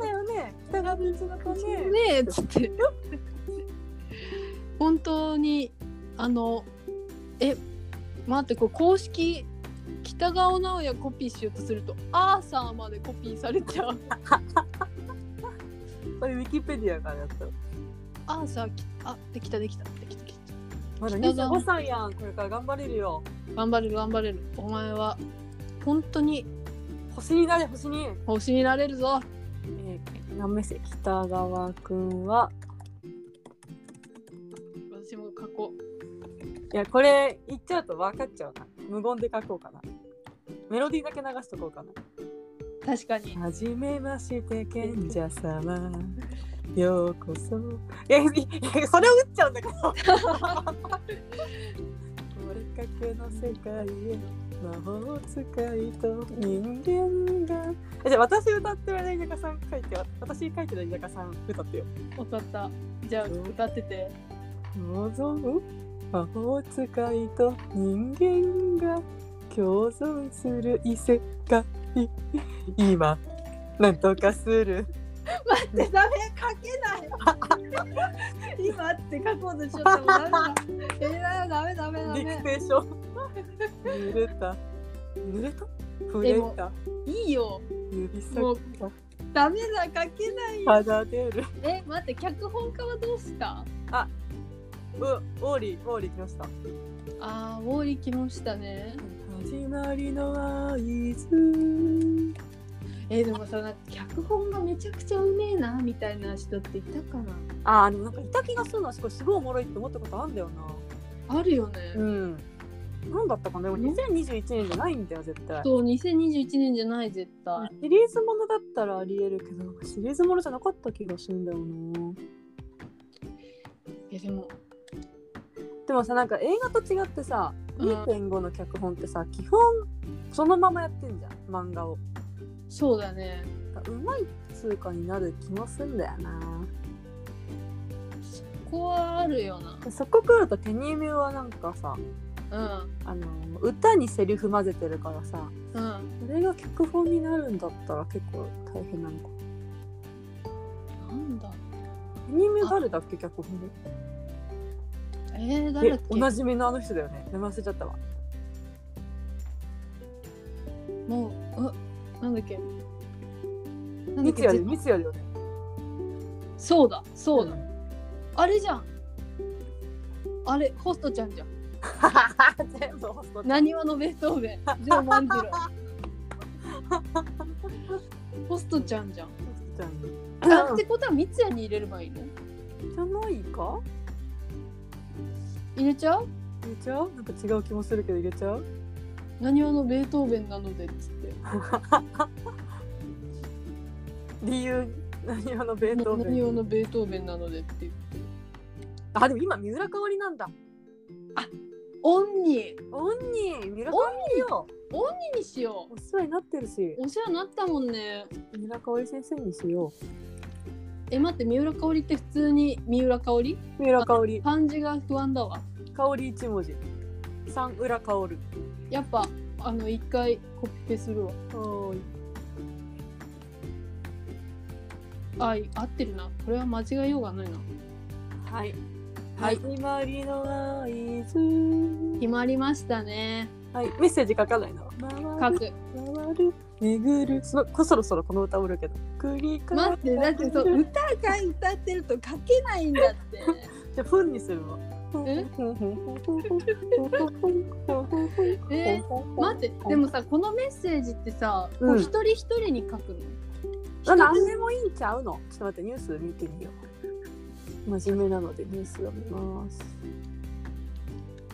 だよね北川文一の子ね
ねえっつって本当にあのえ待ってこれ公式北川直哉コピーしようとするとアーサーまでコピーされちゃう
これウィキペディアからやった
アーサーきあできたできたできたできた
まだ
北川
25歳やんこれから頑張れるよ
頑張れる頑張れるお前は本当に
星になれ星に
星になれるぞ
えー、何目線北川くんは、
私も書こう
えいやこれ言っちゃうと分かっちゃうな無言で書こうかなメロディーだけ流しとこうかな
確かに
はじめまして賢者様ようこそいやいやそれを打っちゃうんだけどこれかけの世界へ魔法使いと人間がえじゃあ私歌ってる間に田舎さん書いて私書いてる田舎さん歌ってよ
分かったじゃあ歌ってて
望む魔法使いと人間が共存する異世界今なんとかする
待ってダメ書けない よ今って書こうとしちゃったもんダメだえーダメダメダ
ディク
メ
テーション濡れた濡れた触れた
いいよ
指先
もう
が
ダメだ書けないよ
肌出る
え待って脚本家はどうした
うウォーリーウォーリー来ました
あーウォーリー来ましたね
始まりの合図
えーでもさなんか脚本がめちゃくちゃうめえなみたいな人っていたかな
ああでもなんかいた気がするのはすごいすごいおもろいって思ったことあるんだよな
あるよね、
うんなんだったかなでも2021年じゃないんだよ絶対
そう2021年じゃない絶対
シリーズものだったらありえるけどシリーズものじゃなかった気がするんだよな
えでも
でもさなんか映画と違ってさ
うん
2.5の脚本ってさ、基本そのままやってんじゃん漫画を
そうだね
うまい通貨になる気もすんだよな
ここはあるよ
でそこ来るとテニミューはなんかさ
なうん
あの歌にセリフ混ぜてるからさ
うん
それが脚本になるんだったら結構大変なのか
なんだ
テニミュー誰だっけ脚本で
えー、誰だ
え
っけ
おなじみのあの人だよね名前忘れちゃったわ
もううなんだっけなんだ
三
っ
ツ
け
矢で三ツ矢だよね
そうだそうだ、あれじゃんあれホストちゃんじゃん
全部ホスト
なにわのベートーベン城 万次郎ホストちゃんじゃん
ちゃんに
あってことは三ツ矢に入れればいいの
じゃないか
入れちゃう
入れちゃうなんか違う気もするけど入れちゃう
なにわのベートーベンなのでっつって
理由何話のベートー
なに
ベン
わのベートーベンなのでって言って
あでも今三浦かおりなんだ
オンに
オンニー三浦かおりよ
オンににしよ
お世話になってるし
うお世話になったもんね
三浦かおり先生にしよ
え待って三浦香織って普通に三浦香織
う三浦かおり
漢字が不安だわ
かおり一文字三浦かおる
やっぱあの一回コピペするわ
はーい
あい合ってるなこれは間違えようがないな
はい
はい
始まりの合図
決まりましたね
はいメッセージ書かないの
書
回る
く
回る巡るそのそろそろこの歌おるけど繰り返
待ってだってそう歌が歌ってると書けないんだって
じゃあ、ふんにするわ。
ええ
え
待ってでもさこのメッセージってさ、こう
うん
一人一人に書くの
何でもいいんちゃうのちょっと待って、ニュース見てみよう。真面目なのでニュースを見ます。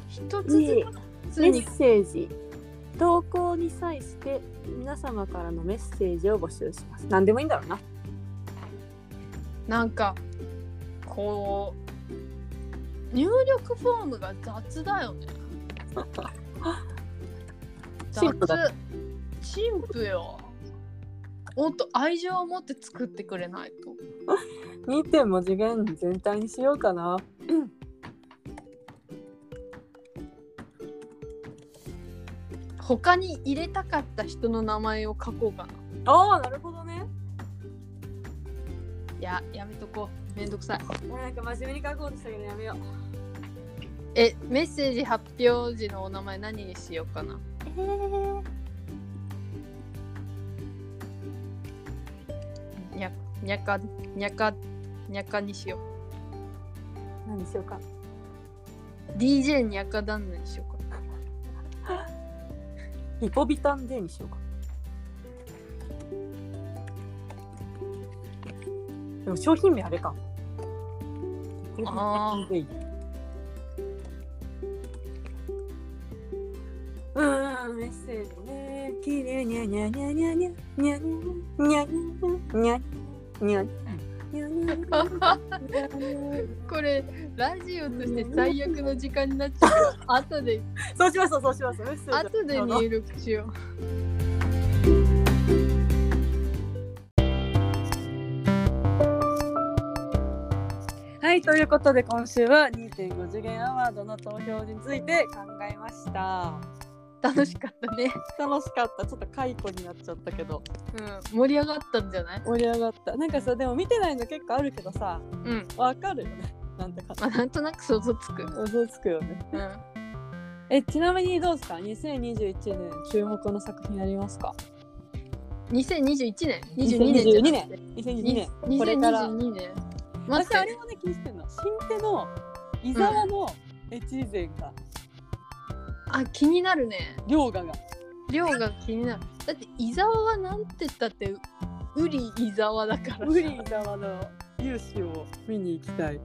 一つずつ
メ
に
ッセージ。投稿に際して皆様からのメッセージを募集します。何でもいいんだろうな。
なんかこう入力フォームが雑だよね
シンプルだ
雑シンプルよもっと愛情を持って作ってくれないと
2点も次元全体にしようかな。
他に入れたかった人の名前を書こうかな
ああ、なるほどね。
いややめとこうめんどくさい
俺なんか真面目に書こうとしたけどやめよう。
えメッセージ発表時のお名前何にしようかな
えー、
にゃにゃかにゃかにゃかにしよ
何しようか。
う DJ にゃか旦那にしようか
ヒポビタンデーにしようか。でも商品名あれか。ヒポビタンデーうんうんメッセージねきれいにゃにゃにゃにゃにゃにゃにゃにゃにゃにゃにゃにゃにゃにゃにゃにゃ
これラジオとして最悪の時間になっちゃうから後で
そうしますそうしますメッセージ
後で入力しよ
はいということで今週は2.5次元アワードの投票について考えました
う楽しかったね、
楽しかったちょっと解雇になっちゃったけど
うん、盛り上がったんじゃない
盛り上がったなんかさでも見てないの結構あるけどさ
うん
わかるよねなんてか
まあなんとなく想像つく
嘘つくよね
うん
えちなみにどうですか2021年注目の作品ありますか
2021年22年じゃなくて
2022
に
年これから
2022年待っ
私あれ
て
もね気にしてんの新手の伊沢の越前が
あ気になるね
龍河が
量が気になるだって伊沢はなんて言ったってうウリ伊沢だから
無理伊沢の勇姿を見に行きたい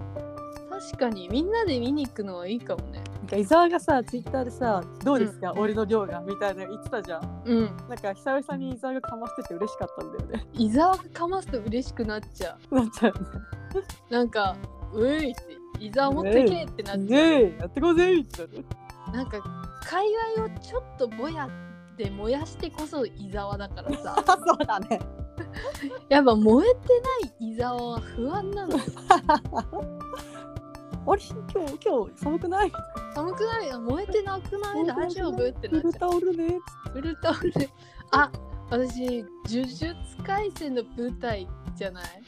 確かにみんなで見に行くのはいいかもね
なんか伊沢がさツイッターでさ「どうですか、俺の龍河」みたいなの言ってたじゃん
うん
なんか久々に伊沢がかましてて嬉しかったんだよね
伊沢がかますと嬉しくなっちゃ
なっちゃうね
うなんか「うい!」って「伊沢持ってけ!」ってなっちゃう、
ねえやってこうぜってなる
なんか界隈をちょっとぼやって燃やしてこそ伊沢だからさ
あそうだね
やっぱ燃えてない伊沢は不安なの
あれ今日今日寒くない
寒くない燃えてなくない大丈夫ってなっ
フル
ちゃ
タオルね
うウルトラであ私呪術廻戦の舞台じゃない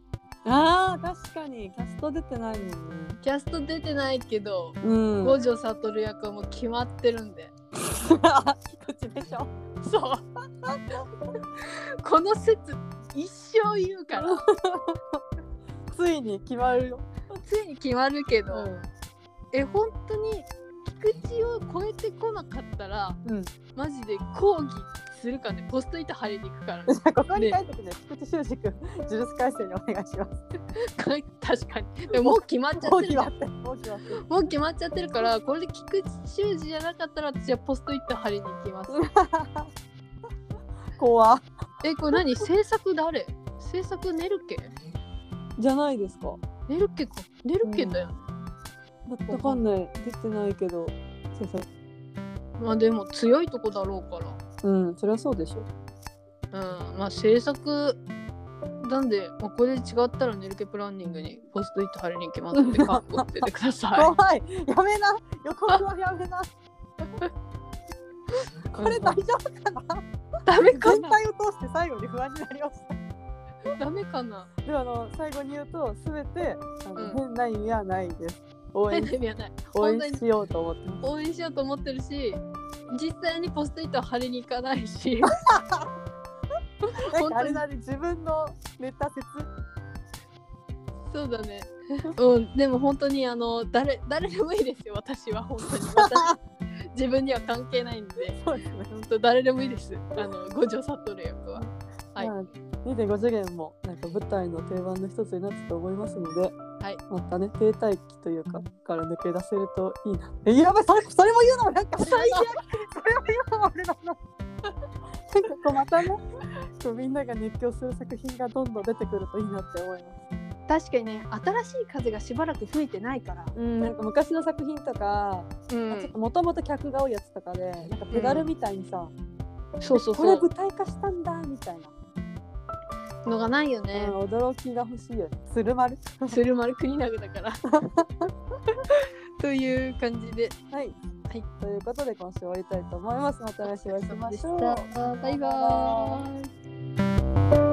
あー確かにキャスト出てないもんね
キャスト出てないけど
うん
五条悟役はもう決まってるんで
一口 でしょ
そうこの説一生言うから
ついに決まるよ、
ついに決まるけど、え本当に菊池を超えてこなかったら、
うん
マジで抗議するかねポストイット貼りに行くからね
じゃあここに書いてくね菊池修司君呪術改正にお願いします
確かにでももう決まっちゃ
も
っ
う
て
決
るじゃ
ま
ん
ってるもう決まってる
もう決まっちゃってるからこれで菊池修司じゃなかったら私はポストイット貼りに行きます
怖っ
えこれ何制作誰制作ネルケ
じゃないですか
ネルケかネルケだよね、
わかんない出てないけど制作
まあでも強いとこだろうから
うんそりゃそうでしょ
うん、まあ制作なんで、まあ、これ違ったらネルケプランニングにポストイット貼りに行きますって覚悟しててくださ
怖いやめな予告はやめ な
い。
これ大丈夫かな
ダメか
全
な
体を通して最後に不安になりました
ダメかな
でもあの最後に言うと全てあの、
うん
変な意味はない です応
変
援
な意味はない。
応
本
援
当に
しようと思ってます
応援しようと思ってるし、実際にポストイットは貼りに行かないし、
なんかあれだね自分のネタ説
そうだ ね。うん、でも本当にあの誰誰でもいいですよ、私は本当に。 私自分には関係ないんで、
そうですね、
本当誰でもいいです。あの五条悟役は。はい
まあ2.5次元もなんか舞台の定番の一つになったと思いますので、
はい、
またね停滞期というかから抜け出せるといいなえやばいそれそれも言うのもなんか
最悪
それも言うのもあれだななんかこうまたねこうみんなが熱狂する作品がどんどん出てくるといいなって思います
確かにね、新しい風がしばらく吹いてないから。
うん、なんか昔の作品とか、
うん
ちょっともともと客が多いやつとかでなんかペダルみたいにさ、
そうそう
これ
そ
舞台化したんだみたいな、
う。のがないよね
う。ん驚きが欲しいよね鶴丸
鶴丸国長だ から。という感じで。
はい、
はい、
ということで今週終わりたいと思いますまた来週お会いしましょう
バイバーイ。